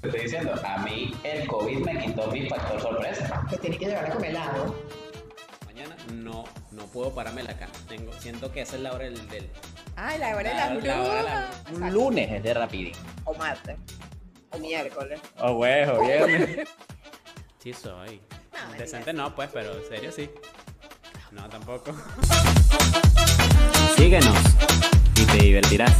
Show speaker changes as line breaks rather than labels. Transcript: Te estoy diciendo, a mí el COVID me quitó mi factor sorpresa.
Que tienes que llegar a comer helado.
Mañana no, no puedo pararme la cama. Tengo, siento que esa es la hora del... del-
Ay, Ah, la hora de las
la- la hora de la-
brujas.
Un lunes es de rapidín.
O martes. O miércoles.
Oh, huevo, viernes.
Sí soy.
No,
Decente no, pues, pero en serio sí. No, tampoco.
Síguenos y te divertirás.